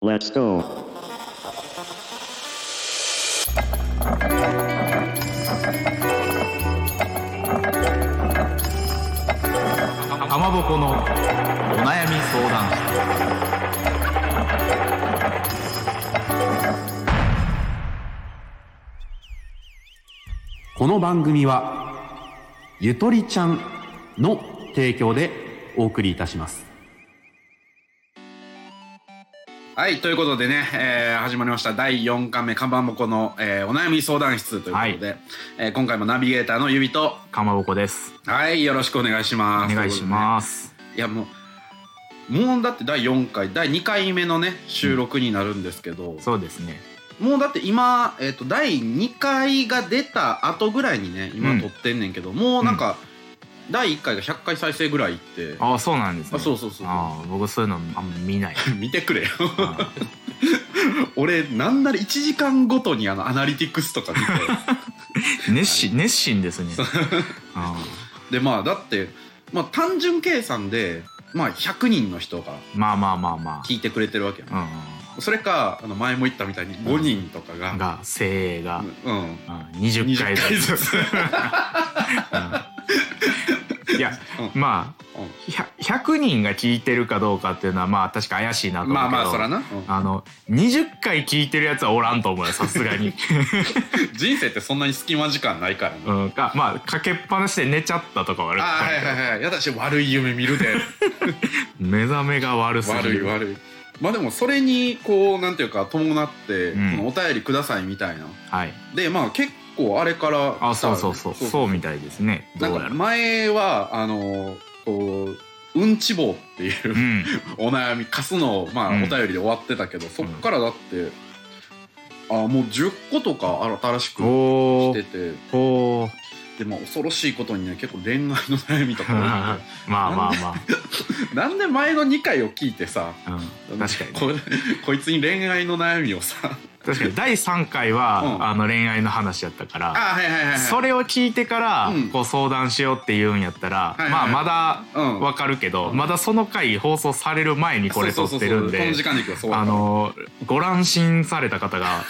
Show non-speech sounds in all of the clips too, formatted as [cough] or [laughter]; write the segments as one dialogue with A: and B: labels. A: Let's go.
B: かまぼこのお悩み相談室この番組はゆとりちゃんの提供でお送りいたします
C: はい、ということでね、えー始まりました第4回目、看板もこの、えーお悩み相談室ということで、えー今回もナビゲーターのゆびと、
B: かまぼこです
C: はい、よろしくお願いし
B: お
C: ます。
B: 願いします
C: す。いや、もう、もうだって第4回、第2回目のね、収録になるんですけど、
B: そうですね
C: もうだって今、えっ、と、第2回が出た後ぐらいにね、
B: う
C: 今
B: ん
C: 撮ってんねんけど、もうなんか、第1回が100回再生ぐらいいって、
B: ああそうなんですね
C: あそうそうそう
B: ああ僕そういうのあんま見
C: [laughs]
B: ない
C: 見てくれよ。
B: あ
C: 俺、なんなら1時間ごとにあの、アナリティクスと [laughs] か見て、
B: あ熱心熱心ですねあ
C: でまあだって、まあ、単純計算で、まあ、100人の人が
B: あまあまあまあま
C: 聞いてくれてるわけやん
B: あ
C: それかあの前も言ったみたいに5人とかが、
B: うんが精鋭が
C: うんうん
B: 20回
C: 20回
B: ず
C: ず
B: つ
C: つ
B: うんいや、
C: う
B: まあひゃ100人が聞いてるかどうかっていうのはまあ確か怪しいなと思うけど
C: まあまあそらな、うん
B: あの20回聞いてるやつはおらんと思うよさすがに、
C: 人生ってそんなに隙間時間ないからね、
B: うん、かまあかけっぱなしで寝ちゃったとかはある
C: ああはいはいはいいやだし悪い夢見るで
B: 目覚めが悪すぎ
C: 悪い
B: る
C: 悪いまあでもそれにこうなんていうか伴って、
B: うん
C: このお便りくださいみたいな
B: はい
C: でまあ結構あれから
B: あそうそうそうそう
C: そう
B: みたいですねどう
C: な
B: んや
C: から前はあのこううんち棒っていう、
B: うん
C: お悩み貸すのを、まあ、
B: うん
C: お便りで終わってたけど、そっからだって、あもう10個とか新しく
B: お
C: して
B: ー
C: て
B: おー [laughs]
C: で、まあ、恐ろしいことにね結構恋愛の悩みと
B: ま
C: か
B: あまあま
C: 多い
B: [laughs]
C: んでなんで前の2回を聞いてさ
B: あ、うん、確かに
C: ここいつに恋愛の悩みをさ
B: 確かに第3回は、
C: うん
B: あの恋愛の話やったか
C: あ
B: ら
C: はいはいはいはい
B: それを聞いてから、
C: うん
B: こう相談しようって言うんやったら、
C: はいはい
B: ま
C: は
B: あ
C: い
B: まだ
C: うん
B: わかるけど、
C: うん
B: まだその回放送される前にこれ撮
C: そう
B: っ
C: そう
B: て
C: そうそ
B: る
C: う
B: ん
C: この
B: で
C: 時間で行くよそう
B: あのご乱心された方が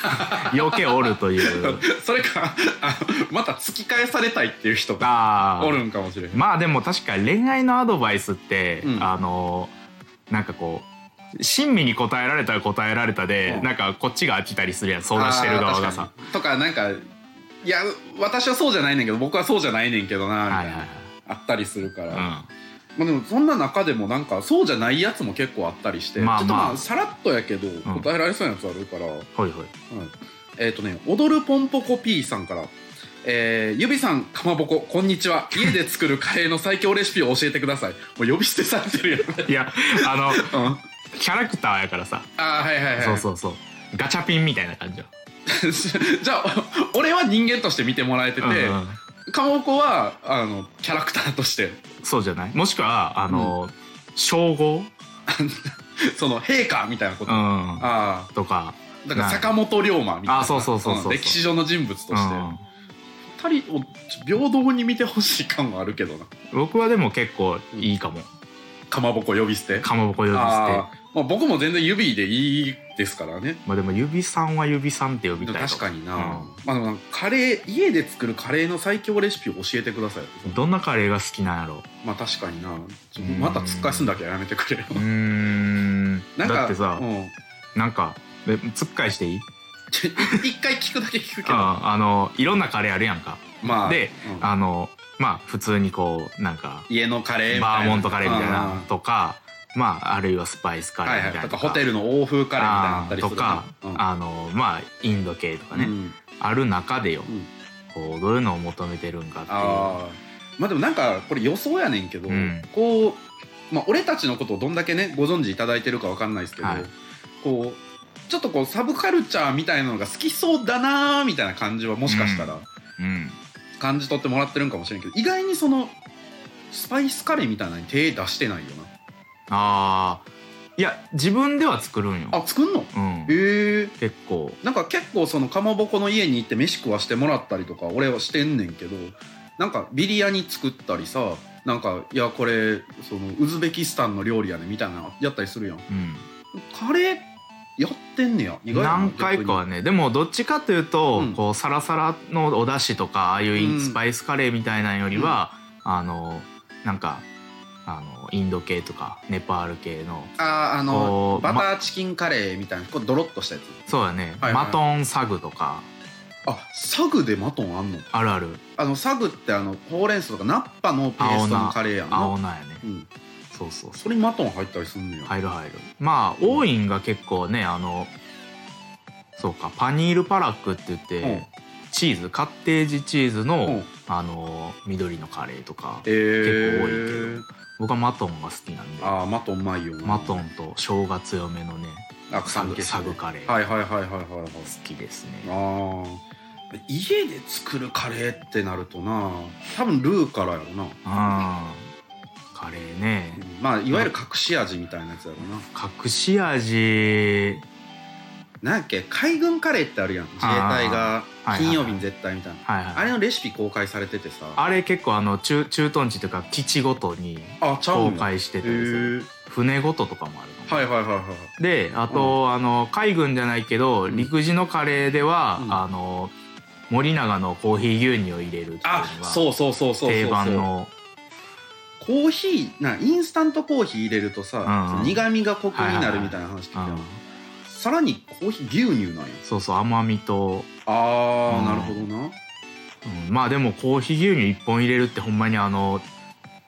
B: 余計おると
C: [laughs]
B: いう
C: それかあまた突き返されたいっていう人が
B: あー
C: おるんかもしれへん、
B: まあでも確かに恋愛のアドバイスって、
C: うん
B: あのなんかこう親身に答えられたら答えられたで、
C: うん
B: なんかこっちが飽きたりするやん相談してる側がさ
C: あ。ー確かにとかなんかいや私はそうじゃないねんけど僕はそうじゃないねんけどなみた
B: はいいはい
C: な、
B: はい
C: あったりするから、ま
B: うん
C: あ、でもそんな中でもなんかそうじゃないやつも結構あったりして、
B: まあまあ
C: ちょっとまあさらっとやけど答えられそうなやつあるから、
B: ほいほい
C: えっ、とね「踊るポンポコ P」さんから「えー、ゆびさんかまぼここんにちは家で作るカレーの最強レシピを教えてください」もう呼び捨てされてるやん
B: いやあの
C: うん
B: キャラクターやからさ
C: あーはいはいはい
B: そうそうそうガチャピンみたいな感じよ
C: [laughs] じゃあお俺は人間として見てもらえてて、
B: うんうん
C: かまぼこはあのキャラクターとして
B: そうじゃないもしくはあの、称号、
C: その陛下みたいなこ
B: うん、
C: と、ああ
B: とか
C: ーだから坂本龍馬みたいな
B: あそうそうそうそうそうん
C: 歴史上の人物として、
B: うん
C: 二人を平等に見てほしい感はあるけどな
B: 僕はでも結構いいかも、
C: かまぼこ呼び捨て
B: かまぼこ呼び捨て
C: あーまあ、僕も全然指でいいですからね
B: まあでも指さんは指さんって呼びたい
C: 確かにな、
B: うん
C: まあでもなんかカレー家で作るカレーの最強レシピを教えてください
B: どんなカレーが好きなんやろ
C: まあ確かになちょまた突っ返すんだけはやめてくれよ
B: うーん
C: なんか
B: だってさ、
C: うん [laughs]
B: なんかえつっかいしていい
C: ちょ一回聞くだけ聞くけど
B: ああのいろんなカレーあるやんか
C: まあ
B: で
C: うん
B: あのまあ普通にこうなんか
C: 家のカレーみたいな
B: バーモントカレーみたい
C: うん
B: なとかまああるいはスパイスカレ
C: はい
B: ー
C: は
B: みた
C: い
B: いな
C: とかホテルの欧風カレーみたいなのあったりする
B: あーとか、
C: うん
B: あのまあインド系とかね、
C: うん
B: ある中でよ、
C: うん
B: こうどういうのを求めてるんかっていう
C: ああまあでもなんかこれ予想やねんけど、
B: うん
C: こう、まあ、俺たちのことをどんだけねご存知いただいてるかわかんないですけど、
B: はい
C: こうちょっとこうサブカルチャーみたいなのが好きそうだなーみたいな感じはもしかしたら
B: うん
C: 感じ取ってもらってるんかもしれんけど意外にそのスパイスカレーみたいなのに手出してないよ
B: ああいや自分では作るんよ
C: なあ作んの
B: うん
C: へ、え
B: 結構
C: なんか結構そのかまぼこの家に行って飯食わしてもらったりとか俺はしてんねんけどなんかビリヤニ作ったりさなんかいやこれそのウズベキスタンの料理やねみたいなのやったりするやん
B: うん
C: カレーやっってんねや意外やな
B: 何回かはねでもどっちかというと、
C: うん
B: こうサラサラのお出汁とかああいうイン
C: うん
B: スパイスカレーみたいなのよりは、あのなんかあのインド系とかネパール系の
C: 逆にあーあの
B: こう
C: バターチキンカレーみたいなこうドロッとしたやつ
B: そうだね、
C: はいはい
B: マトンサグとか
C: あサグでマトンあんの
B: あるある
C: あのサグってあのほうれん草とかナッパのペーストのカレーやんな
B: 青菜やね
C: うん、
B: そうそうそ
C: それにマトン入ったりすんのよ、
B: う入る入るまあオーインが結構ねあのそうかパニールパラックって言って、
C: うん
B: チーズカッテージチーズの、
C: うん
B: あの緑のカレーとか
C: えー、
B: 結構多いけ僕はマトンが好きなんで
C: ああマトンうまいよな
B: マトンと生姜強めのね
C: あ
B: サ
C: 酸
B: グ
C: 欠
B: サグカレー好
C: はいはいはいはいはいはい
B: きですね
C: ああ家で作るカレーってなるとな多分ルーからやろな、
B: あーカレーね
C: まあいわゆる隠し味みたいなやつやろ
B: 隠し味
C: ななんやっけ海軍カレーってあるやん自衛隊が
B: あーはいはいはい
C: 金曜日に絶対みたいな
B: はいはい
C: あれのレシピ公開されててさ
B: あれ結構あの中駐屯地というか基地ごとに
C: あちゃ
B: 公
C: うんやへ
B: 開してて、
C: え
B: 船ごととかもあるかも
C: はいはいはいはいはい
B: であと、あの海軍じゃないけど
C: ん
B: 陸自のカレーでは、
C: うん
B: あの森永のコーヒー牛乳を入れるっていうの
C: あ
B: が
C: そうそうそうそうそうそう
B: 定番の
C: コーヒーなインスタントコーヒー入れるとさ、
B: うん
C: その苦味がコクになるみたいな話聞いたよ、
B: うん
C: さらにコーヒー牛乳なんや
B: そうそう甘みと
C: あー、
B: うん
C: なるほどな
B: うんまあでもコーヒー牛乳1本入れるってほんまにあの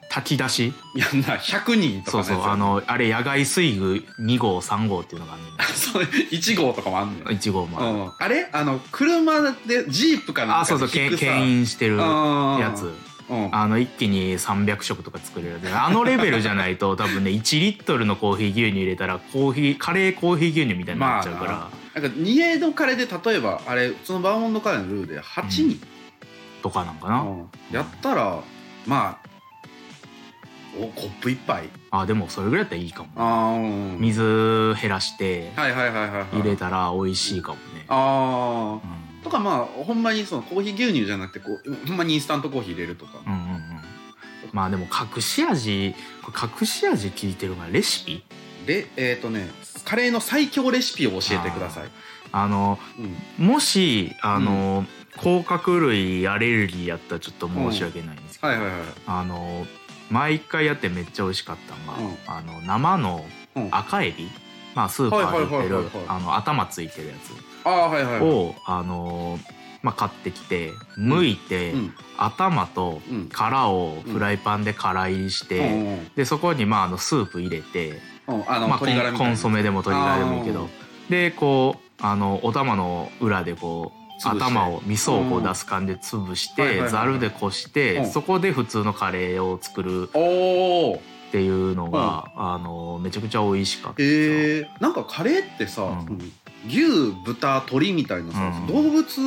B: 炊き出し
C: いやな100人とか
B: そうそうあのあれ野外水具2号3号っていうのがあんねん
C: [laughs] そう1号とかもあんねん、
B: 1号もある
C: うんあれあの車でジープかなんか
B: あそうそうけん牽
C: 引
B: 引してるや
C: や
B: つ
C: うん
B: あの一気に300食とか作れるであのレベルじゃないと多分
C: [laughs]
B: ね1リットルのコーヒー牛乳入れたらコーヒーカレーコーヒー牛乳みたいになっちゃうから、
C: まなんか煮えのカレーで例えばあれそのバーモントカレーのルールで8人、
B: とかなんか
C: う
B: な、
C: んやったらまあおコップ一杯
B: あでもそれぐらいだったらいいかも
C: あーうん
B: 水減らして
C: はいはいはいはい、はい、
B: 入れたら美味しいかもね、
C: あ
B: う
C: あ
B: ん
C: とかまあほんまにそのコーヒー牛乳じゃなくてこうほんまにインスタントコーヒー入れるとか、
B: うんうんうんまあでも隠し味これ隠し味聞いてるのがレシピ
C: でえっ、とねカレーの最強レシピを教えてください
B: あの
C: うん
B: もしあの、甲殻類アレルギーやったらちょっと申し訳ないんですけど、
C: はいはいはい
B: あの毎回やってめっちゃ美味しかったのが、
C: うん
B: あの生の
C: うん
B: 赤エビ、まあスーパーで売って
C: はい
B: る
C: はいはいはいはい
B: あの頭ついてるや
C: ああはいはい
B: つ
C: はい
B: を、あのまあ、買ってきて剥いて、
C: うん
B: 頭と
C: うん
B: 殻をフライパンで空入りして、
C: うんうん
B: でそこにまああのスープ入れて、
C: うんあの、
B: まあ、コ
C: 鶏ガラ
B: ン
C: み
B: コ
C: たい
B: ン
C: な
B: ソメでも鶏ガラでもいいけ
C: あ
B: ど
C: ー
B: でこうあのお玉の裏でこう
C: 潰して
B: 頭を味噌をこう出す感じで潰し
C: うんはいはい
B: て
C: はい
B: ざるでこし
C: う
B: て
C: ん
B: そこで普通のカレーを作る
C: おお
B: っていうのがあのめちゃくちゃ美味しかったですよ
C: えー、なんかカレーってさ、
B: うん
C: その牛豚鶏みたいなさ、
B: うん
C: 動物、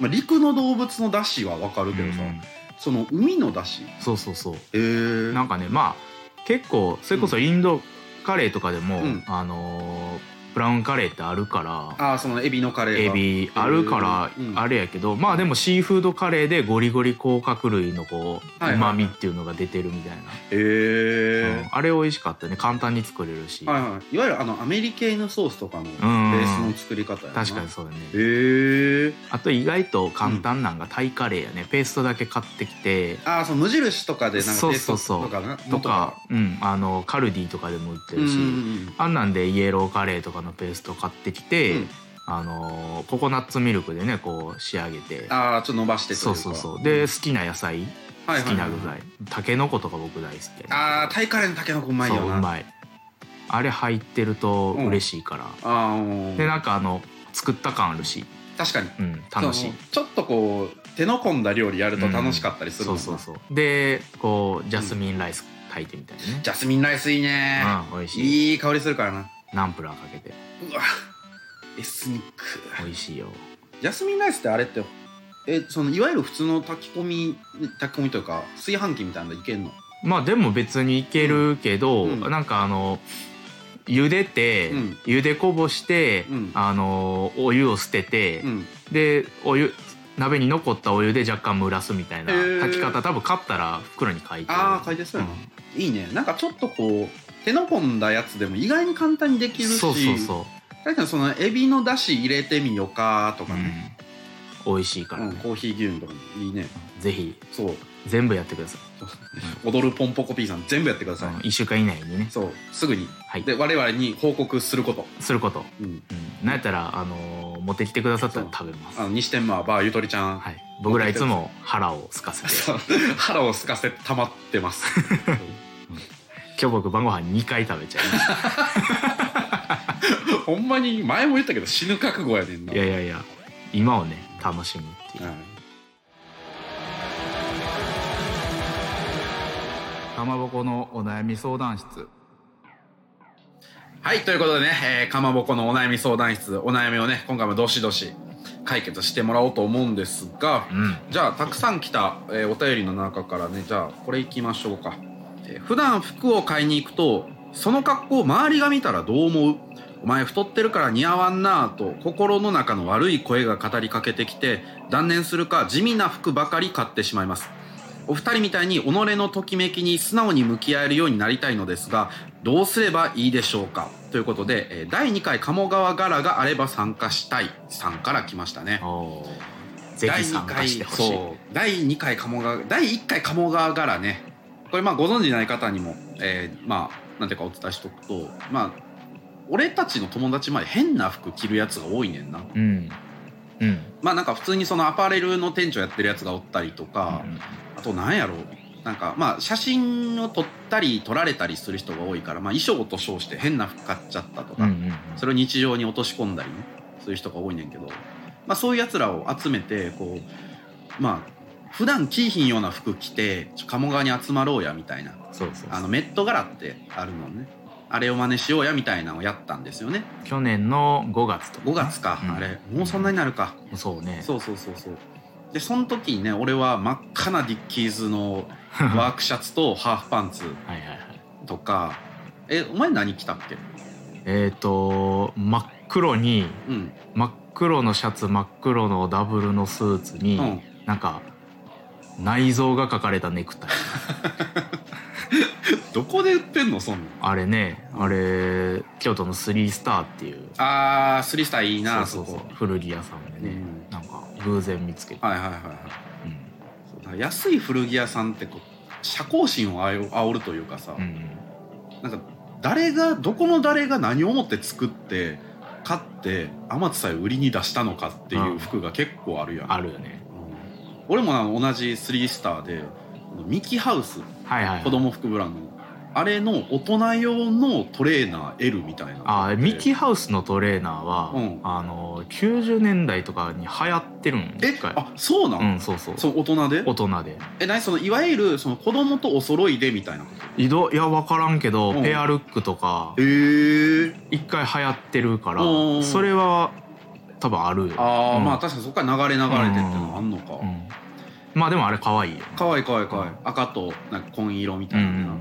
C: まあ、陸の動物の出汁はわかるけどさ、
B: うん
C: その海の出汁
B: そうそうそう
C: えー、
B: なんかねまあ結構それこそインドカレーとかでも
C: うん
B: あのブラウンカレーってあるから
C: ああそのエビのカレー
B: エ
C: が
B: ビあるか
C: うんうん
B: らあれやけど、まあでもシーフードカレーでゴリゴリ甲殻類のこう
C: はいはいう
B: ま
C: は
B: み
C: い
B: っていうのが出てるみたいな、
C: えー
B: うんあれ美味しかったね簡単に作れるし、
C: はいはい、いわゆるあのアメリケイのソースとかのベ
B: ん
C: ースの作り方やな
B: 確かにそうだね
C: へえ
B: あと意外と簡単なんがタイカレーやね、ペーストだけ買ってきて
C: ああその無印とかでなんか
B: そう
C: ペース
B: そう
C: ト
B: そう
C: とかな
B: とか、うん、あのカルディとかでも売って
C: うんう
B: る
C: ん
B: し、
C: うん
B: あんなんでイエローカレーとかのペースト買ってきて、
C: うん
B: あのココナッツミルクでねこう仕上げて
C: ああちょっと伸ばしてという
B: そう
C: か
B: そうそうで
C: ん
B: 好きな野菜好
C: はい
B: き
C: はい
B: な具材たけのことか僕大好きやね
C: ああタイカレーのたけのこうまいよ
B: そう
C: な
B: うまいあれ入ってると嬉しいから、
C: あーうん
B: でなんかあの作った感あるし、
C: 確かに
B: うん、楽しい
C: そのちょっとこう手の込んだ料理やると楽しかったりする
B: そ
C: もん
B: う
C: な
B: そうそうでこうジャスミンライス炊いてみたいなね、
C: ジャスミンライスいいね
B: うん、美味しい
C: いい香りするからな
B: ナンプラーかけて
C: うわエスニック
B: 美味しいよ
C: ジャスミンライスってあれってえそのいわゆる普通の炊き込み炊き込みというか炊飯器みたいなのいけんの
B: まあでも別にいけるけど、
C: うんうん
B: なんかあの茹でて、
C: うん
B: 茹でこぼして、
C: うん
B: あのお湯を捨てて、
C: うん
B: でお湯鍋に残ったお湯で若干蒸らすみたいな
C: へー
B: 炊き方多分買ったら袋に書いてる
C: ああ書いてそうやな、いいねなんかちょっとこう手の込んだやつでも意外に簡単にでき
B: うん
C: るし
B: そうそうそ
C: 確かにそのエビのだし入れてみよかとかね、
B: うん、美味しいか
C: う
B: ら
C: ん
B: ね、
C: コーヒー牛乳とかもいいね
B: ぜひ
C: そう
B: 全部やってください、
C: 踊るポンポコピーさん全部やってください、
B: うん、1週間以内にね
C: そうすぐに、
B: はい
C: で我々に報告すること、
B: すること、
C: うん、
B: うん、なんやったら、あのー持ってきてくださったら食べます
C: あの西天満バーゆとりちゃん、
B: はい、僕らいつも腹を空かせて
C: そう腹をすかせて溜まってます
B: [laughs] 今日僕晩ご飯2回食べちゃいまし
C: [laughs] ほんまに前も言ったけど死ぬ覚悟やねんな
B: たいやいやいや今をね楽しむっていう
C: はい
B: かまぼこのお悩み相談室
C: はい、ということでね、えーかまぼこのお悩み相談室、お悩みをね、今回もどしどし解決してもらおうと思うんですが
B: う、ん
C: じゃあ、たくさん来た、えーお便りの中からね、じゃあ、これいきましょうか。えー普段服を買いに行くと、その格好を周りが見たらどう思うお前太ってるから似合わんなぁと心の中の悪い声が語りかけてきて断念するか地味な服ばかり買ってしまいますお二人みたいに己のときめきに素直に向き合えるようになりたいのですがどうすればいいでしょうかということでえー第2回鴨川柄があれば参加したいさんから来ましたね
B: おーぜひ参加してほしい
C: 第二回そう第2回鴨川第1回鴨川柄ねこれまあご存知ない方にも、えーまあなんていうかお伝えしとくとまあ俺たちの友達まで変な服着るやつが多いねんな
B: うんうん
C: まあなんか普通にそのアパレルの店長やってるやつがおったりとか、あとなんやろうなんかまあ写真を撮ったり撮られたりする人が多いから、まあ、衣装と称して変な服買っちゃった
B: うん
C: と
B: う
C: か、
B: んうん
C: それを日常に落とし込んだりねそういう人が多いねんけど、まあ、そういうやつらを集めてこうまあ普段着いひんような服着てちょ鴨川に集まろうやみたいな
B: そうそう
C: あ
B: そ
C: の
B: う
C: メット柄ってあるのねあれを真似しようやみたいなのをやったんですよね
B: 去年の5月とか
C: 5月か、
B: うん
C: あれもうそんなになるか、
B: そうね
C: そうそうそうそうでその時にね俺は真っ赤なディッキーズ
B: [laughs]
C: のワークシャツとハーフパンツ
B: はいはいはい
C: とかえお前何着たっけ
B: えっ、と真っ黒に
C: うん
B: 真っ黒のシャツ真っ黒のダブルのスーツに、
C: うん
B: なんか内臓が書かれたネクタイ
C: どこで売ってんのそんなん
B: あれねあれ京都のスリースターっていう
C: あースリスターいいな
B: そ
C: そう
B: そうそう
C: こ
B: 古着屋さんでね、
C: うん
B: なんか偶然見つけて、
C: はいはいはいはい
B: うん
C: そうだから安い古着屋さんってこう社交心をあよ煽るというかさ、
B: うん
C: なんか誰がどこの誰が何を思って作って買って天津さえ売りに出したのかっていう服が結構あるやん、
B: あるよね
C: うん俺もあの同じスリースターでミキハウス
B: はいはい
C: 子供服ブランドのあれの大人用のトレーナー L みたいなのが
B: あ
C: って
B: ミキハウスのトレーナーは、
C: うん
B: あの90年代とかに流行ってるんよ
C: え
B: 一回
C: あそうな、
B: うんんそうそう
C: その大人で
B: 大人で
C: え何そのいわゆるその子供とお揃いでみたいなこ
B: 移動いや分からんけど、
C: うん
B: ペアルックとか
C: とへえ
B: 一回流行ってるから
C: うん
B: それは多分あるよ
C: ああ、
B: うん
C: まあ確かにそこから流れ流れてってのはあんのか、
B: うん、まあでもあれ可愛いよね
C: かわいいかわいいかわいい
B: うん
C: 赤となんか紺色み
B: う
C: た
B: ん
C: いうな、
B: ん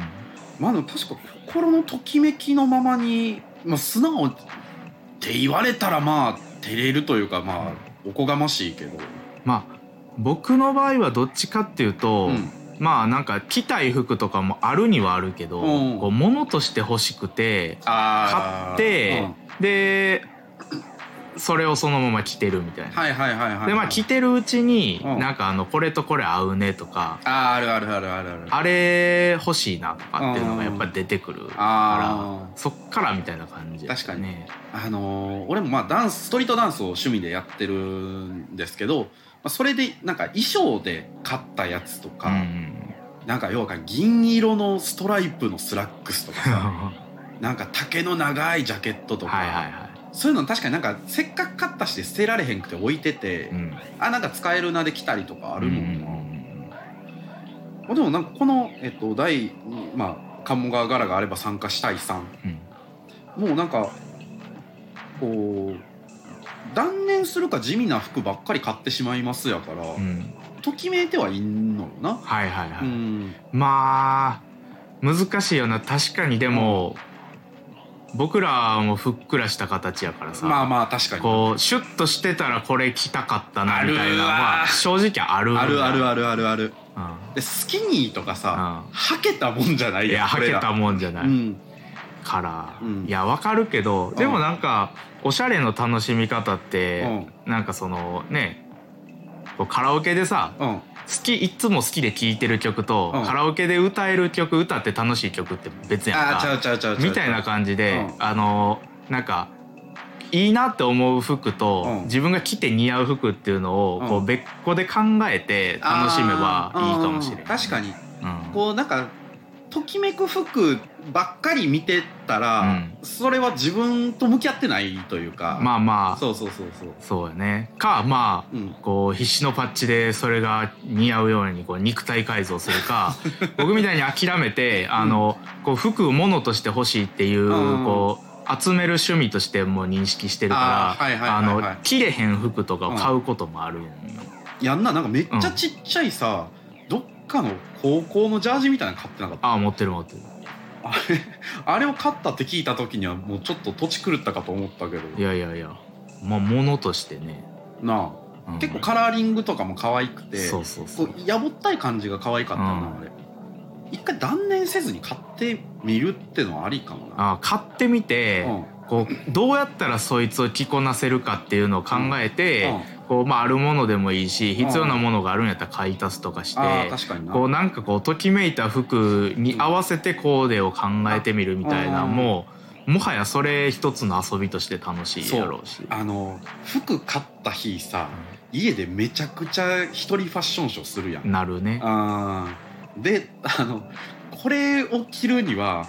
C: まあでも確か心のときめきのままに、まあ、素直って言われたらまあ照れるというかまあおこがましいけど、
B: まあ僕の場合はどっちかっていうと、
C: うん
B: まあなんか着たい服とかもあるにはあるけど、
C: うん
B: こう物として欲しくて買
C: あー
B: って、
C: うん
B: でそれをそのまま着てるみたいな。
C: はいはいはいはい
B: でまあ着てるうちに、
C: うん
B: なんかあのこれとこれ合うねとか
C: あーあるあるあるあるある
B: あれ欲しいなとかっていうのがやっぱ出てくるから、
C: あ
B: そっからみたいな感じ、
C: 確かに
B: ね
C: ーあのー俺もまあダンスストリートダンスを趣味でやってるんですけど、まあ、それでなんか衣装で買ったやつと
B: う
C: か、
B: ん
C: [laughs] なんか要は銀色のストライプのスラックスとか
B: うん
C: さ
B: は
C: なんか竹の長いジャケット
B: い
C: とか、
B: はいは
C: そういうの確かになんかせっかく買ったして捨てられへんくて置いてて、
B: い、うん、
C: あなんか使えるなで来たりとかあるもんな、
B: うん
C: まあでもなんかこの、えっと、第まあ鴨川柄があれば参加したいさん
B: うん
C: もうなんかこう断念するか地味な服ばっかり買ってしまいますやから、
B: うんうん、
C: ときめいてはいんのよな、
B: はいはいはい、
C: うん
B: まあ難しいよな確かにでも、僕らもふっくらした形やからさ、
C: まあまあ確かに
B: こうシュッとしてたらこれ着たかったなみたいなの
C: あるわ
B: は正直ある
C: あるある
B: ある、
C: あるあるある
B: うん
C: でスキニーとかさ、
B: う
C: はけたもんじゃない
B: ん、いやは
C: これ
B: け
C: ら
B: たもんじゃない、
C: うん
B: から、
C: うん
B: いやわかるけどで
C: う
B: も
C: ん
B: なんかおしゃれの楽しみ方って
C: う、
B: なんかそのねこうカラオケでさ
C: うん
B: 好きいつも好きで聴いてる曲と、
C: うん
B: カラオケで歌える曲歌って楽しい曲って別やん
C: あ
B: か
C: あちゃうちゃうちゃうちゃう
B: みたいな感じで、
C: うん
B: あのなんかいいなって思う服と、
C: うん
B: 自分が着て似合う服っていうのを、こ
C: う
B: うん別個で考えて楽しめばいいかもしれ
C: あ
B: ない。
C: ーあー確かに
B: うん
C: こうなんかときめく服ばっかり見てたら、
B: うん
C: それは自分と向き合ってないというか
B: まあまあ
C: そうそうそうそう
B: そうやねかまあ
C: うん
B: こう必死のパッチでそれが似合うようにこう肉体改造する
C: [laughs]
B: か僕みたいに諦めてあの、こう服を物として欲しいっていう,、
C: うん
B: こう集める趣味としてもう認識してる
C: あー
B: か
C: はいはい
B: らあ
C: はい
B: の
C: はい
B: 着れへん服とかを買うこともあるんよ、
C: やんななんかめっちゃちっちゃいさ、どっかの高校のジャージみたいなの買ってなかった
B: ああ持ってる持ってる
C: あれあれを買ったって聞いた時にはもうちょっと土地狂ったかと思ったけど
B: いやいやいやまあ物としてね、
C: な
B: う
C: あ
B: ん
C: 結構カラーリングとかも可愛くて
B: そうそうそ
C: こ
B: う
C: うやぼったい感じが可愛かったな、
B: うん
C: あれ一回断念せずに買ってみるってのはありかもな
B: ああ買ってみて、
C: うん
B: こうどうやったらそいつを着こなせるかっていうのを考えて、
C: うん
B: こうまあ、あるものでもいいし
C: うん
B: 必要なものがあるんやったら買い足すとかして、
C: ああ確かにな
B: こうなんかこうときめいた服に合わせてコーデを考えてみるみたいな、
C: うん
B: もうもはやそれ一つの遊びとして楽しいやろうし。
C: あの服買った日さ家でめちゃくちゃ一人ファッションショーするやん、
B: なるね。
C: あーであのこれを着るには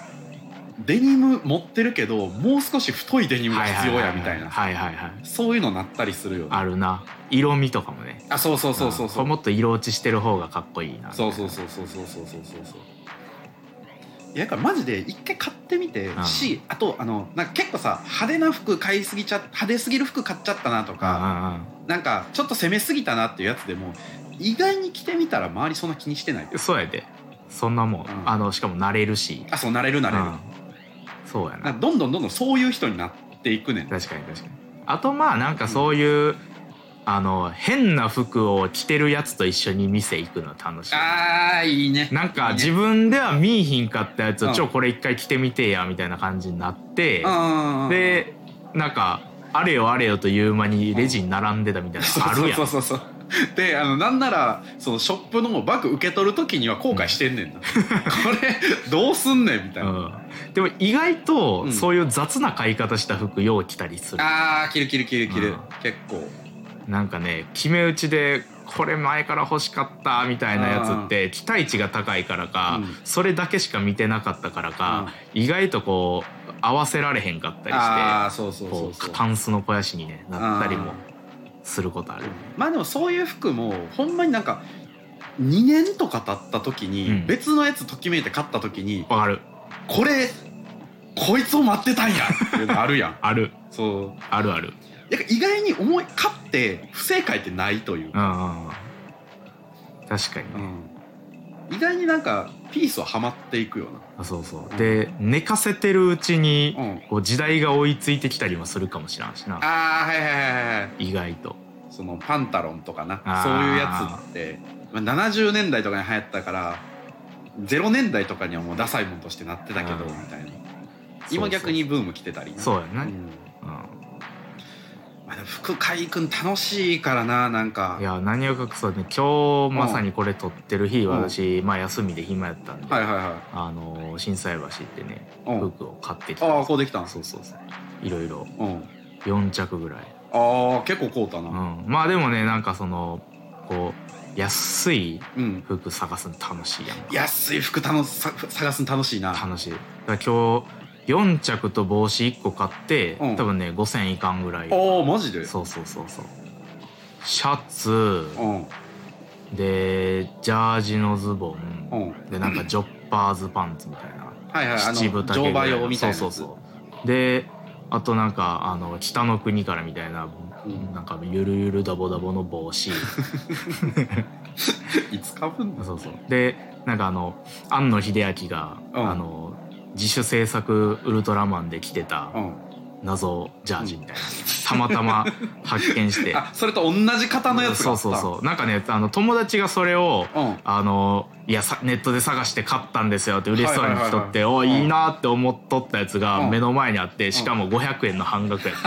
C: デニム持ってるけどもう少し太いデニムが必要やみたいな
B: はいはいはいはい。
C: そういうのなったりするよね
B: あるな。色味とかもね。
C: あそうそうそうそうそ
B: んこれ
C: う
B: もっと色落ちしてる方がかっこいいな。
C: そうそうそうそうそうそうそうそうそういやだからマジで一回買ってみて
B: うん
C: し、あとあのなんか結構さ派手な服買いすぎちゃ派手すぎる服買っちゃったなと
B: うんうん
C: か、なんかちょっと攻めすぎたなっていうやつでも意外に着てみたら周りそんな気にしてない
B: うん。そうやで。そんなもん。
C: うん
B: あのしかも慣れるし。
C: あそうなれるなれる、
B: うんそうやな
C: なんかどんどんどんどんそういう人になっていくねん
B: 確かに確かにあとまあなんかそういう、あの変な服を着てるやつと一緒に店行くの楽しい
C: あーいいね
B: なんか
C: いいね
B: 自分では見いひんかったやつ
C: う
B: を「
C: ん
B: ちょこれ一回着てみてや」みたいな感じになって
C: うん
B: でなんかあれよあれよという間にレジに並んでたみたいなのあるやん
C: そうそうそうそうであのなんならそのショップのバッグ受け取る時には後悔してん
B: [laughs]
C: ねんな、これどうすんねんみたいな、
B: うんでも意外
C: う
B: と
C: ん
B: そういう雑な買い方した服よう着たりする
C: ああ着る着る着る着る、
B: うん
C: 結構
B: なんかね決め打ちでこれ前から欲しかったみたいなやつって期待値が高いからか、
C: うん
B: それだけしか見てなかったからか、意外とこう合わせられへんかったり
C: あ
B: し
C: あそうそ
B: て
C: うそう
B: こ
C: そう
B: うタンスの肥やしに、ね、なったりも
C: あ
B: することある。
C: まあでもそういう服もほんまになんか2年とか経った時
B: う
C: に
B: ん
C: 別のやつときめいて買った時に
B: わかる
C: これこいつを待ってたんやっていうのあるやん
B: ある
C: そう
B: あるある。
C: なんか意外に思い買って不正解ってないという
B: う、んうんうん確かに
C: う
B: ね、
C: ん、意外になんかピースははまっていくよ
B: あそうそうで寝かせてるうちに
C: うな、うん、
B: こう時代が追いついてきたりもするかもしらんしな
C: ああはいはいはいはい
B: 意外と
C: そのパンタロンとかな
B: あー
C: そういうやつって、まあ、70年代とかに流行ったから0年代とかにはもうダサいもんとしてなってたけ
B: う
C: どみ
B: ん
C: たい
B: そう
C: な
B: そ
C: 今
B: う
C: 逆にブーム来てたりな
B: そうやね
C: ん
B: うん
C: まあでも福海君楽しいからななんか
B: いや何を隠そうね今日まさにこれ撮ってる日
C: うん
B: 私、まあ休みで暇やったんで、
C: はいはいは
B: あのー心斎橋行ってね
C: い、うん、
B: 服を買ってきた
C: ああこうできたんす、
B: そうそうそういろいろ
C: うん、
B: 4着ぐらい、
C: ああ結構こうた
B: う
C: な、
B: ん、まあでもねなんかそのこう安い
C: うん、
B: 服探すの楽しいやんか
C: 安い服楽しさ探すの楽しいな
B: 楽しいだから今日4着と帽子1個買って、
C: うん
B: 多分ね5,000いかんぐらい
C: ああマジで
B: そうそうそうそうシャツ
C: うん
B: でジャージのズボン
C: うん
B: でなんかジョッパーズパンツみたいな
C: はいはいあ
B: 七分
C: の
B: 丈
C: 乗
B: ぐら
C: 馬
B: いの
C: 用みたいなやつ
B: そうそうそうであとなんかあの北の国からみたいな、
C: うん
B: なんかゆるゆるダボダボの帽
C: [laughs]
B: 子
C: いつかぶんの
B: そうそうでなんかあの庵野秀明が、
C: うん
B: あの自主制作ウルトラマンで着てた、
C: うん
B: 謎ジャージみたいな、たまたま発見して
C: [laughs] あそれと同じ型のやつが
B: そ
C: あ
B: う
C: った
B: そうそうなんかねあの友達がそれを、
C: うん [laughs]
B: あのいやさネットで探して買ったんですよって嬉しそうに着とって、
C: はいはいはいはい
B: おいいなって思っとったやつが
C: うん
B: 目の前にあって、しかも500円の半額や
C: [laughs]
B: っ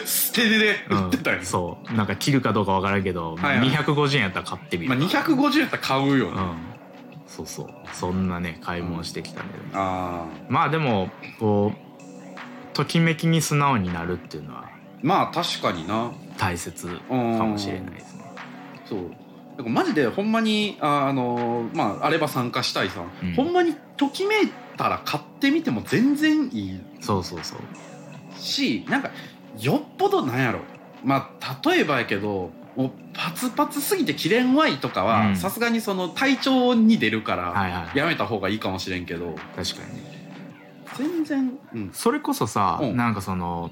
B: て、
C: 捨て値で売ってたよ、
B: うんそうなんか着るかどうかわからんけど、
C: はいはい
B: 250円やったら買ってみる、
C: まあ、250やったら買うよね、
B: うんそうそうそんなね買い物してきたんで、
C: あー
B: まあでもこうときめきに素直になるっていうのは
C: まあ確かにな
B: 大切か
C: うん
B: もしれないですね
C: そうだからマジでほんまにああのーまああれば参加したいさ、
B: うん
C: ほんまにときめいたら買ってみても全然いい
B: そうそうそう
C: しなんかよっぽどなんやろまあ例えばやけどもうパツパツすぎてキレんわいとか
B: う
C: は
B: ん
C: さすがにその体調に出るから
B: はいはい
C: やめた方がいいかもしれんけど
B: 確かにね
C: 全然うん
B: それこそさ、
C: うん
B: なんかその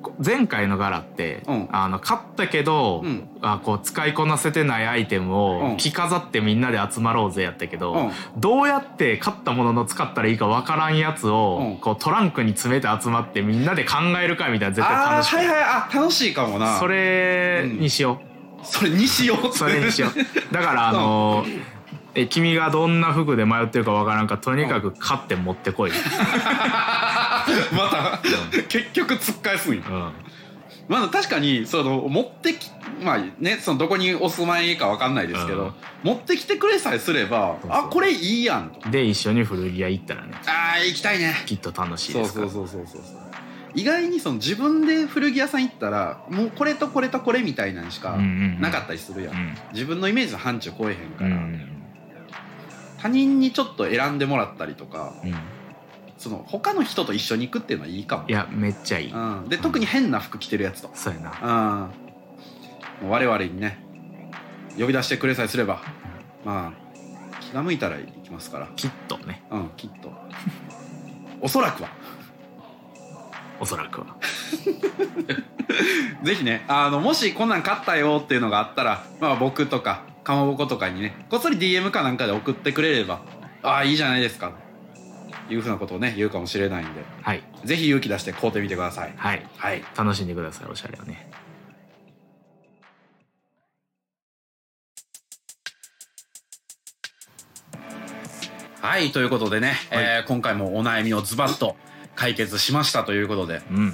B: こ前回の柄って、
C: うん
B: あの買ったけど、
C: うん
B: あこう使いこなせてないアイテム
C: う
B: を
C: ん
B: 着飾ってみんなで集まろうぜやったけど、
C: うん
B: どうやって買ったものの使ったらいいかわからんやつを、
C: うん
B: こうトランクに詰めて集まってみんなで考える会みたいな絶対
C: あ
B: 楽し
C: ー
B: く
C: は
B: ない
C: いはいあ楽しいかもな
B: それにしよ
C: それにしよ
B: う、
C: う
B: それにしようだからあのえ君がどんな服で迷ってるかわからんからとにかく買って持ってこい、
C: [laughs] また結局突っ返すんや
B: うん、
C: まあ確かにその持ってきまあねそのどこにお住まいかわかんないですけど、
B: うん
C: 持ってきてくれさえすれば
B: そうそう
C: あこれいいやんと
B: で一緒に古着屋行ったらね
C: あー行きたいね
B: きっと楽しい
C: そ
B: で
C: う
B: すか
C: そ
B: ら
C: うそうそうそうそう意外にその自分で古着屋さん行ったらもうこれとこれとこれみたいなのしか
B: うんうんうん
C: なかったりするやん、
B: うん
C: 自分のイメージの範疇超えへんか
B: う
C: ら、
B: ん
C: 他人にちょっと選んでもらったりとか
B: うん、い
C: その他の人と一緒に行くっていうのはいいかも
B: やめっちゃいい、
C: うん、で特に変な服着てるやつと
B: そうやな
C: ああ我々にね呼び出してくれさえすればまあ気が向いたら行きますから
B: きっとね
C: うんきっとおそらくは
B: おそらくは
C: ぜひねあのもしこんなん買ったよっていうのがあったら、まあ、僕とかかまぼことかにねこっそり DM かなんかで送ってくれればああいいじゃないですかというふうなことをね言うかもしれないんで
B: はい
C: ぜひ勇気出して買うてみてください
B: はい
C: はい
B: 楽しんでくださいおしゃれをね
C: はいということでね、えー今回もお悩みをズバッと解決しましたということで
B: うん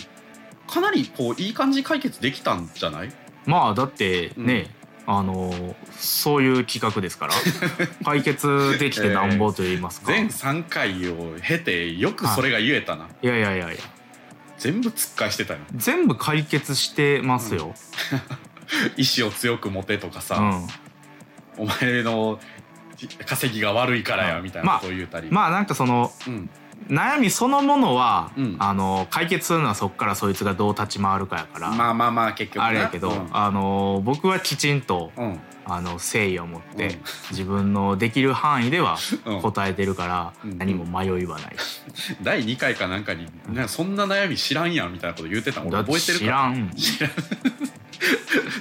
C: かなりこういい感じに解決できたんじゃない
B: まあだってね、あのーそういう企画です
C: [laughs]
B: から解決できてなんぼと言いますか、
C: 全3回を経てよくそれが言えたない
B: やいやいやいや
C: 全部突っ返してたよ
B: 全部解決してますよ、
C: 意志を強く持てとか
B: う
C: さ、
B: ん
C: お前の稼ぎが悪いからや
B: うん
C: みたいな
B: まあ
C: ことを言うたり、
B: まあなんかその
C: うん、
B: 悩みそのものは、
C: うん
B: あのー解決するのはそこからそいつがどう立ち回るかやから、
C: まあまあまあ結局な
B: あれやけど、
C: うん
B: あのー僕はきちんと
C: うん
B: あの誠意を持って、
C: うん
B: 自分のできる範囲では
C: うん
B: 答えてるから、
C: うん
B: 何も迷いはないし、
C: 第2回かなんかに「なんかそんな悩み知らんやん」みたいなこと言うてたの
B: だ
C: 俺
B: って
C: 覚えて
B: 知
C: るから
B: ん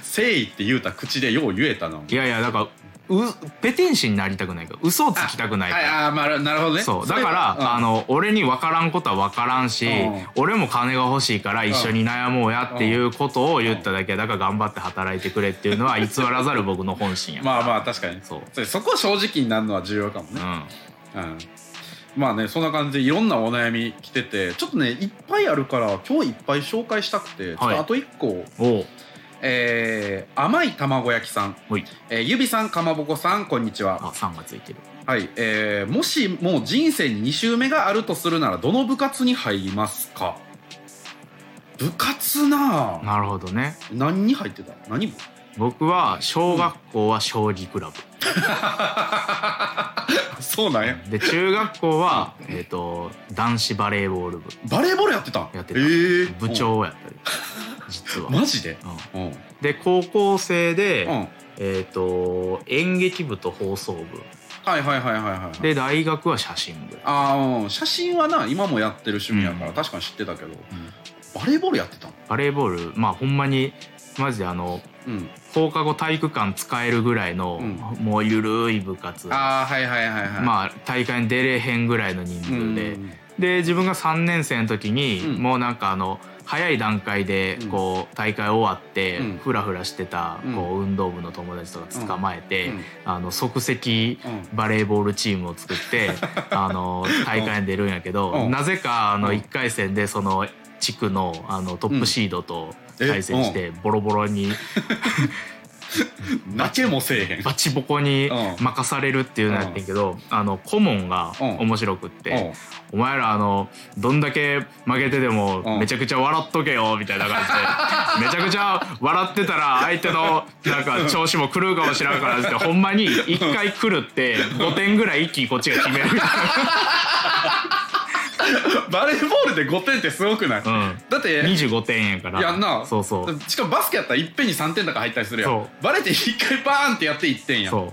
C: 「誠意」って言うた口でよう言えたの
B: いやいやだからうペテン師になりたくないから嘘をつきたくないから
C: ああまあなるほどね
B: そう
C: そ
B: だ
C: れ
B: か
C: は
B: ら、
C: うん
B: あの俺に分からんことは分からんし、
C: うん
B: 俺も金が欲しいから一緒に悩もうやっていうことを言っただけだから頑張って働いてくれっていうのは偽らざる [laughs] 僕の本心や、
C: まあまあ確かに
B: そう、
C: それそこは正直になるのは重要かも
B: う
C: ね、
B: ん、
C: うん、まあねそんな感じでいろんなお悩み来ててちょっとねいっぱいあるから今日いっぱい紹介したくてちょっ
B: はい
C: とあと1個、
B: おう
C: えー甘い卵焼きさん、
B: おい
C: えーゆびさんかまぼこさんこんにちは
B: あ3がついてる
C: はい、えーもしもう人生に2周目があるとするならどの部活に入りますか部活なあ
B: なるほどね
C: 何に入ってた何
B: [laughs]
C: 部
B: 僕は小学校は将棋クラ
C: そうなんや
B: ブで中学校は、えっと男子バレーボール部
C: バレーボールやってた
B: やってた
C: えー
B: 部長やったり実
C: う
B: は、
C: んマジで
B: うん
C: うんうん
B: で高校生で、
C: はい
B: えっと演劇部と放送部
C: はいはいはいはい
B: で大学は写真部
C: あーうん写真はな今もやってる趣味やから、
B: うん
C: 確かに知ってたけど
B: うん
C: バレーボールやってたの
B: バレーボールまあほんまにマジであの
C: うん
B: 放課後体育館使えるぐらいの、
C: うん
B: もうゆるい部活
C: ああはいはいはいはいあ
B: まあ大会に出れへんぐらいの人数で、
C: うん
B: で自分が3年生の時に、
C: うん
B: もうなんかあの早い段階で
C: うん
B: こう大会終わって
C: うん
B: フラフラしてた
C: うん
B: こう運動部の友達とか捕まえて、
C: うん
B: あの即席
C: うん
B: バレーボールチームを作って
C: [laughs]
B: あの大会に出るんやけど、
C: うん
B: なぜかあ
C: う
B: の
C: ん
B: 1回戦でその地区のあのトップシードと
C: うんえ
B: 対戦してボロボロに
C: 泣けもせえへん。
B: バチボコに
C: うん
B: 任されるっていうのやってんけどあの顧問が面白くって。
C: うん
B: お前らあのどんだけ負けてで
C: う
B: も
C: ん
B: めちゃくちゃ笑っとけよみたいな感じ
C: [laughs]
B: でめちゃくちゃ笑ってたら相手のなんか調子も狂うかもしれんからっつってほんまに一回狂
C: [laughs]
B: って5点ぐらい一気にこっちが決めるみたい
C: バレーボールで5点ってすごく [laughs] ない、
B: な、うん、
C: だって
B: 25点やから
C: やんな
B: そうそう
C: しかもバスケやったらいっぺんに3点とか入ったりするや
B: そ
C: んバレて一回バーンってやって1点やん
B: そう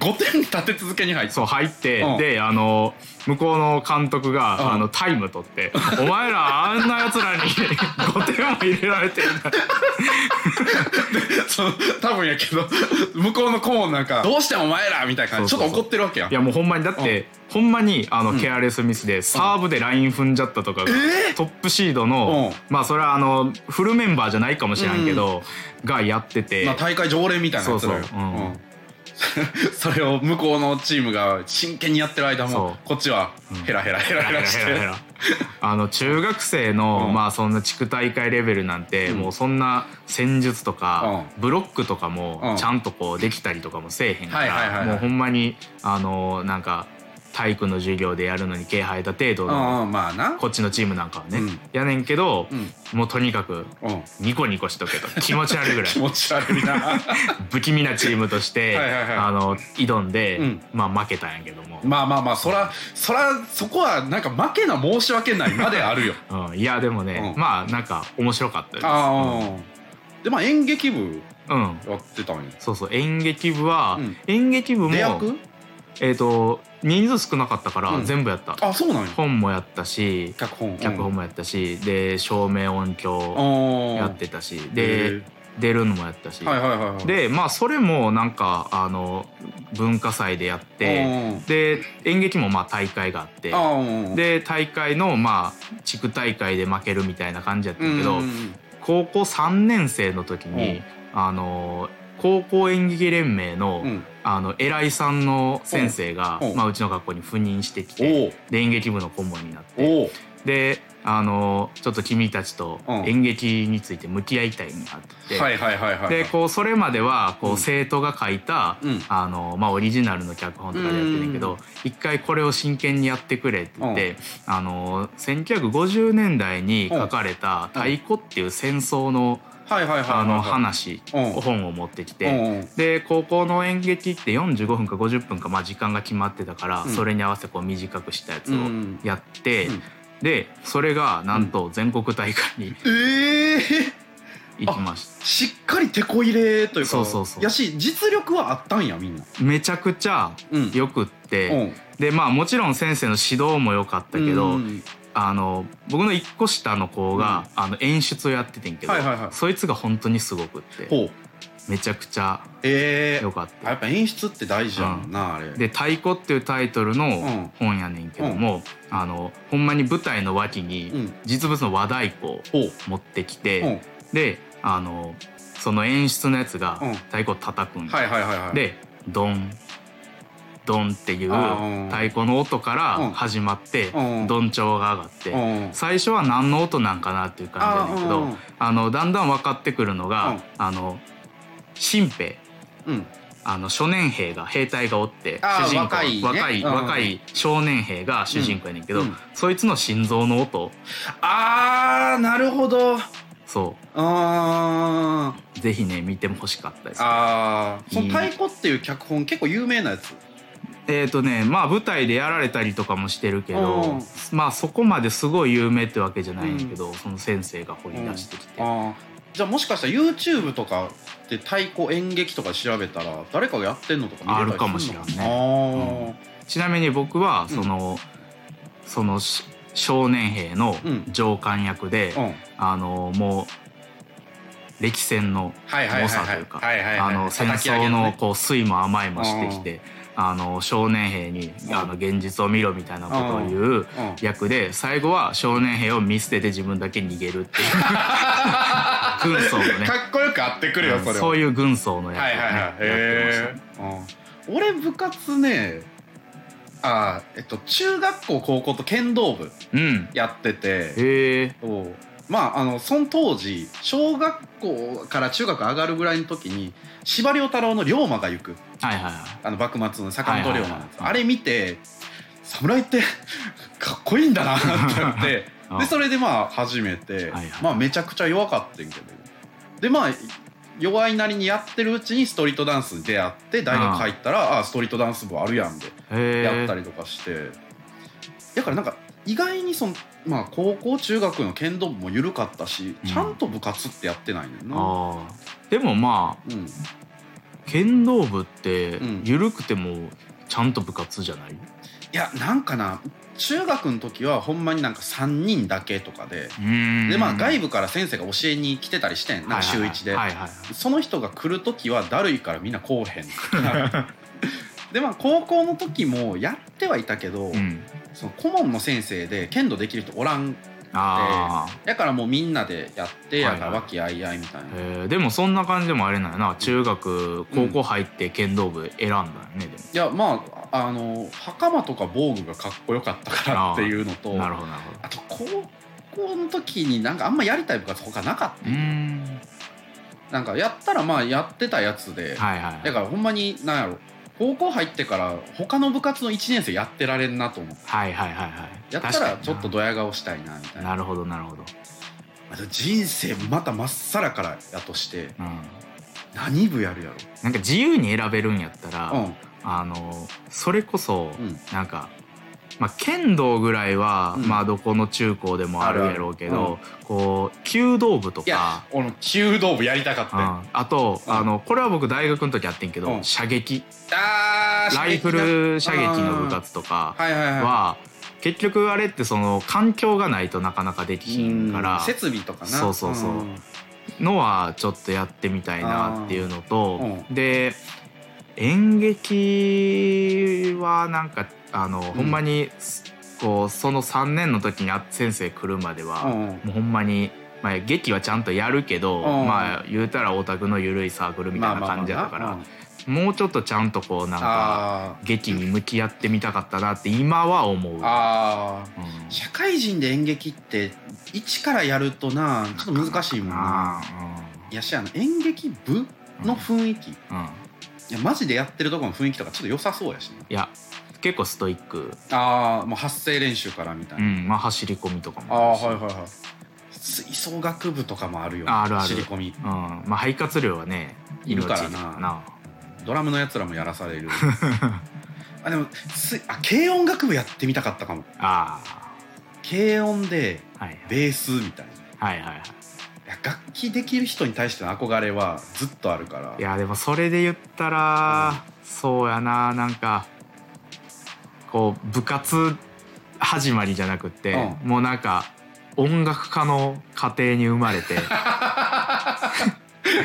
C: 5点立て続けに入った
B: そう入って、
C: うん
B: であの向こうの監督が、
C: うん
B: あのタイム取って「お前らあんなやつらに5点も入れられてるんだ
C: そう [laughs] 多分やけど向こうの顧問なんか「どうしてお前ら!」みたいな感じ
B: そうそうそう
C: ちょっと怒ってるわけやん
B: いやもうほんまにだって、ほんまにあのケアレスミスでサーブでライン踏んじゃったとかが、トップシードの、
C: う
B: まあそれはあのフルメンバーじゃないかもしれんけど、がやってて
C: まあ、大会常連みたいなやつだよ
B: そうそううん
C: [laughs] それを向こうのチームが真剣にやってる間
B: そ
C: もこっちはヘラヘラヘラヘラして
B: ヘラあの中学生の、
C: うん
B: まあそんな地区大会レベルなんて、
C: うん
B: もうそんな戦術とか、ブロックとか
C: う
B: も
C: ん
B: ちゃんとこうできたりとかもせえへんか
C: はいはいはい
B: ら
C: はい
B: もうほんまにあのなんか体育の授業でやるのに気配だ程度
C: う
B: の
C: んうんまあな
B: こっちのチームなんかはね、
C: うん
B: やねんけど、
C: うん
B: もうとにかく
C: うん
B: ニコニコしとけと
C: [laughs]
B: 気持ち悪いぐらい
C: 気持ち悪いな
B: 不気味なチームとして
C: はいはいはい
B: あの挑んで、
C: うん
B: まあ負けたんやけども、
C: まあまあまあそらそらそこはなんか負けな申し訳ないまで
B: [laughs]
C: あるよ
B: うん、いやでもね、
C: うん
B: まあなんか面白かったです
C: ああ、でまあ演劇部
B: うん、うん
C: やってたんや
B: そうそう演劇部は、
C: うん
B: 演劇部も
C: 出役
B: えー、と人数少なかったか
C: う
B: ら
C: ん
B: 全部やった、
C: あそうなんや
B: 本もやったし
C: 脚本
B: 脚本もやったし、で照明音響
C: 本
B: やってたし、
C: へ
B: で出るのもやったし、
C: ーはいはいはいはい
B: でまあそれもなんかあの文化祭でやって
C: うん
B: で演劇もまあ大会があって
C: あーうん
B: で大会のまあ地区大会で負けるみたいな感じやった
C: うん
B: けど
C: ん
B: 高校3年生の時にあの高校演劇連盟の
C: うん
B: あの偉いさんの先生が
C: うん
B: まあうちの学校に赴任してきて
C: おう
B: で演劇部の顧問になって
C: おう
B: であのちょっと君たちと
C: うん
B: 演劇について向き合いたいなって
C: はいはいはいはい
B: でこうそれまではこ
C: う
B: うん生徒が書いた、
C: うん
B: あのまあ、オリジナルの脚本とかでやってるけど、
C: うん
B: 一回これを真剣にやってくれって言って、あの1950年代に書かれた「
C: うん
B: 太鼓」っていう戦争の,、
C: はいはいはいはい
B: あの話、
C: うん
B: 本を持ってきて。
C: うん
B: で高校の演劇って45分か50分か、まあ、時間が決まってたから、
C: うん
B: それに合わせてこう短くしたやつを
C: うん
B: やって、
C: うん
B: でそれがなんと全国大会に
C: ええ
B: 行きました。
C: しっかり手こ入れというか
B: そうそうそう
C: やし実力はあったんやみんな
B: めちゃくちゃ
C: うん
B: よくって、
C: うん
B: でまあもちろん先生の指導も良かったけど、
C: うん
B: あの僕の一個下の子が、あの演出をやっててんけど、
C: はいはいはい
B: そいつが本当にすごくって
C: ほう
B: めちゃくちゃ
C: ええ
B: 良かっ
C: や
B: た。
C: っぱ演出って大事やもんな、あれ
B: で「太鼓」っていうタイトル
C: ん
B: の本やねんけども、あのほんまに舞台の脇に
C: うん
B: 実物の和太鼓を
C: ほう
B: 持ってき
C: うん
B: て、であのその演出のやつが
C: うん
B: 太鼓を叩くん
C: はいはいはいはい
B: でドンドンっていう
C: あーうん
B: 太鼓の音から始まって、
C: うん
B: ドン調が上がって、
C: うん
B: 最初は何の音なんかなっていう感じだけど
C: あ
B: あ、
C: ーうん
B: のだんだん分かってくるのが、
C: うん
B: あの新兵
C: うん
B: あの初年兵が兵隊がおって
C: あー
B: 主人公
C: 若いね
B: 若い,、
C: うん
B: 若い少年兵が主人公やねんけど、
C: うんうん
B: そいつの心臓の音
C: あーなるほど
B: そ
C: あー
B: うぜひね見ても欲しかったです。
C: あーそ
B: いい
C: の「太鼓」っていう脚本結構有名なやつ
B: えーとねまあ舞台でやられたりとかもしてるけど、まあそこまですごい有名ってわけじゃないんやけど、その先生が掘り出してきて、
C: あーじゃあもしかしたら YouTube とかで太鼓演劇とか調べたら誰かがやってんのとか見れたりす
B: あるかもしれんね
C: るの
B: ちなみに僕は
C: うん
B: その、そのし少年兵の
C: うん
B: 上官役で、
C: あーうん
B: あのもう歴戦の
C: はいはいはい
B: 猛者
C: は
B: とい
C: いう
B: か
C: はいはいはい
B: あの戦
C: 叩き上
B: 争
C: げね
B: のこう酸いも甘いもしてきてあの少年兵にあの現実を見ろみたいなことを言う役で最後は少年兵を見捨てて自分だけ逃げるっていう軍曹のね
D: かっこよく合ってくるよそれは
B: そういう軍曹の役を
D: は
B: ね
D: いはいはい
B: やっ、てましたね
D: へ
C: うん俺部活ねあーえっと中学校高校と剣道部
B: うん
C: やってて
B: へえ
C: そうまああのその当時小学校から中学上がるぐらいの時に司馬遼太郎の「龍馬が行く」
B: はいはいはい
C: あの幕末の坂本龍馬なんです、
B: はいはいはい
C: あれ見て侍ってかっこいいんだなってなって
B: あ
C: でそれでまあ初めて、
B: はいはい
C: まあめちゃくちゃ弱かったんけどでまあ弱いなりにやってるうちにストリートダンスに出会って大学入ったらああストリートダンス部あるやんで
B: へえ
C: やったりとかして、だからなんか意外にその、まあ、高校中学の剣道部も緩かったし、
B: うん
C: ちゃんと部活ってやってないねんな。
B: あーでもまあ
C: うん、
B: 剣道部って
C: うん
B: 緩くてもちゃんと部活じゃない、
C: いやなんかな中学の時はほんまになんか3人だけとかで、
B: うん
C: でまあ外部から先生が教えに来てたりしてんなんか週1で、
B: はいはいはい
C: その人が来る時はだるいからみんな来おへん [laughs] でまあ高校の時もやってはいたけど、
B: うん
C: その顧問の先生で剣道できる人おらん
B: ああ、
C: だからもうみんなでやって
B: はい
C: や
B: はい
C: が和気あいあいみたいな、
B: えーでもそんな感じでもあれなんやな中学高校入って剣道部選んだよねでも、
C: いやまああの袴とか防具がかっこよかったからっていうのと
B: なるほどなるほど
C: あと高校の時になんかあんまやりたい部活他なかった
B: うーん
C: なんかやったらまあやってたやつで、
B: はいはいはい
C: だからほんまになんやろ高校入ってから他の部活の1年生やってられんなと思う
B: はいはいはいはい
C: やった
B: 確からにな
C: ちょっとドヤ顔したいなみたいな
B: なるほどなるほど、
C: あと人生またまっさらからやとして
B: うん、
C: 何部やるや
B: なんか自由に選べるんやったら、
C: ろうん
B: あのそれこそ
C: うん
B: なんか、まあ、剣道ぐらいは、
C: うん
B: まあどこの中高でもあるやろうけ
C: あるあ
B: ど、こう弓道部と
C: いや
B: か、
C: 俺弓道部やりたかっ
B: う
C: た
B: ん、
C: よ
B: あと、
C: うん
B: あのこれは僕大学の時やってんけど、
C: うん
B: 射撃
C: あー
B: ライフル射撃の部活とか
C: はいはいはい
B: は結局あれってその環境がないとなかなかできひんか
C: う
B: ら
C: ん設備とかな
B: そうそうそうんのはちょっとやってみたいなっていうのと
C: あ
B: で演劇はなんかあの、ほんまにこうその3年の時にあ先生来るまでは、
C: うんうん
B: もうほんまに。まあ、劇はちゃんとやるけど、
C: うん
B: まあ言うたらオタクの緩いサークルみたいな感じやったから、
C: まあまあま
B: もうちょっとちゃんとこうなんか
C: あな
B: 劇に向き合ってみたかったなって今は思う、うん、
C: あーあー社会人で演劇って一からやるとなちょっと難しいもんな
B: あ
C: いやしあの演劇部
B: うん
C: の雰囲気い
B: うんうん
C: やマジでやってるとこの雰囲気とかちょっと良さそうやし
B: いや結構ストイック、
C: なあーもう発声練習からみたいうな、
B: んまあ、走り込みとかも
C: ああ
B: るし
C: ーはいはいはい吹奏楽部とかもあるよ
B: ああるある
C: 走り込み
B: うんまあ、肺活量はね
C: いるからな
B: 命だな
C: ドラムのやつらもやら
B: [laughs]
C: されるあでもすあ軽音楽部やってみたかったかも
B: あ
C: 軽音で
B: あはい
C: ベースみたいない
B: はいはいはい
C: や楽器できる人に対しての憧れはずっとあるから [laughs]
B: いやでもそれで言ったら、そうやななんかこう部活始まりじゃなくて、
C: う
B: もうなんか音楽家の家庭に生まれ
C: [laughs]
B: て
C: は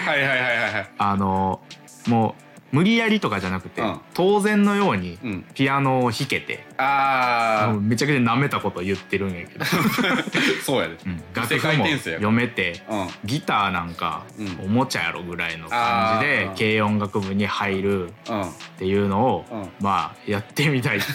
C: いはいはいはいはい
B: あのもう無理やりとかじゃなくて、
C: うん
B: 当然のように
C: うん
B: ピアノを弾けて、
C: あ
B: もうめちゃくちゃ舐めたこと言ってるんやけど、
C: あそうやで
B: うん、楽
C: [laughs] 世
B: 譜
C: 界
B: も
C: 転生や
B: 読めて
C: うん
B: ギターなんか
C: うん
B: おもちゃやろぐらいの感じで
C: あー
B: 軽音楽部に入るっ
C: うん
B: ていうのを、
C: うん
B: まあやってみたいって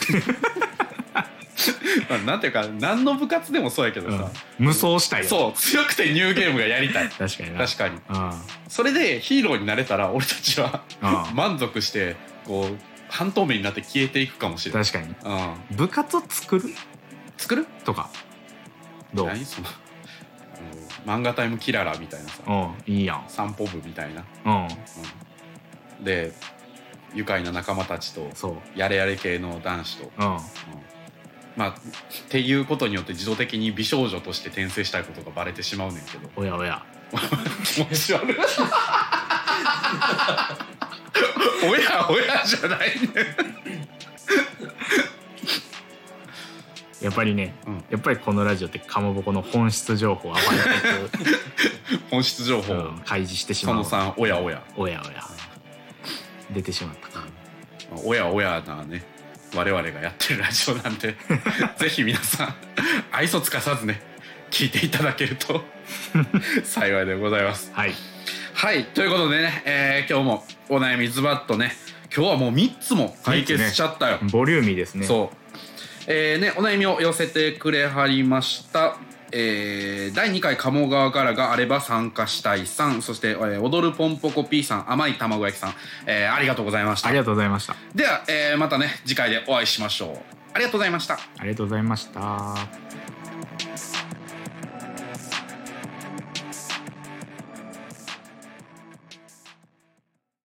C: まあなんていうか何の部活でもそうやけどさ、
B: 無双したいよ
C: そう強くてニューゲームがやりたい
B: 確かにな
C: 確かに
B: うんうん
C: それでヒーローになれたら俺たちは [laughs] 満足してこう半透明になって消えていくかもしれない、
B: 確かに
C: うん、
B: 部活を作る
C: 作る
B: とかどう
C: 何 [laughs] そのあの漫画タイムキララみたいなさ
B: うんいいやん
C: 散歩部みたいな、
B: うん
C: うんで愉快な仲間たちと
B: そう
C: やれやれ系の男子と、うん
B: うん
C: まあっていうことによって自動的に美少女として転生したいことがバレてしまうねんけど
B: おやおや
C: 気持
B: [laughs]
C: ち悪いおやおやじゃないね
B: やっぱりね、
C: うん
B: やっぱりこのラジオってかまぼこの本質情報を暴いて
C: [laughs]
B: い
C: 本質情
B: く、
C: 報、
B: うん、開示してし
C: そ
B: ま
C: の
B: う
C: さんおやおや
B: おやおや出てしまったか
C: まあおやおやなね我々がやってるラジオな
B: [laughs]
C: んでぜひ皆さん愛想つかさずね聞いていただけ
B: [laughs]
C: ると幸いでございます。
B: はい
C: はいということでね、えー今日もお悩みズバッとね今日はもう3つも解決しちゃったよ。
B: ボリューミーですね
C: そう。えーね、お悩みを寄せてくれはりました。えー第2回鴨川からがあれば参加したいさん、そして、えー踊るポンポコ P さん、甘い卵焼きさん、えーありがとうございました
B: あり。がとうございました
C: では、えーまたね、次回でお会いしましょう。ありがとうございました。
B: ありがとうございました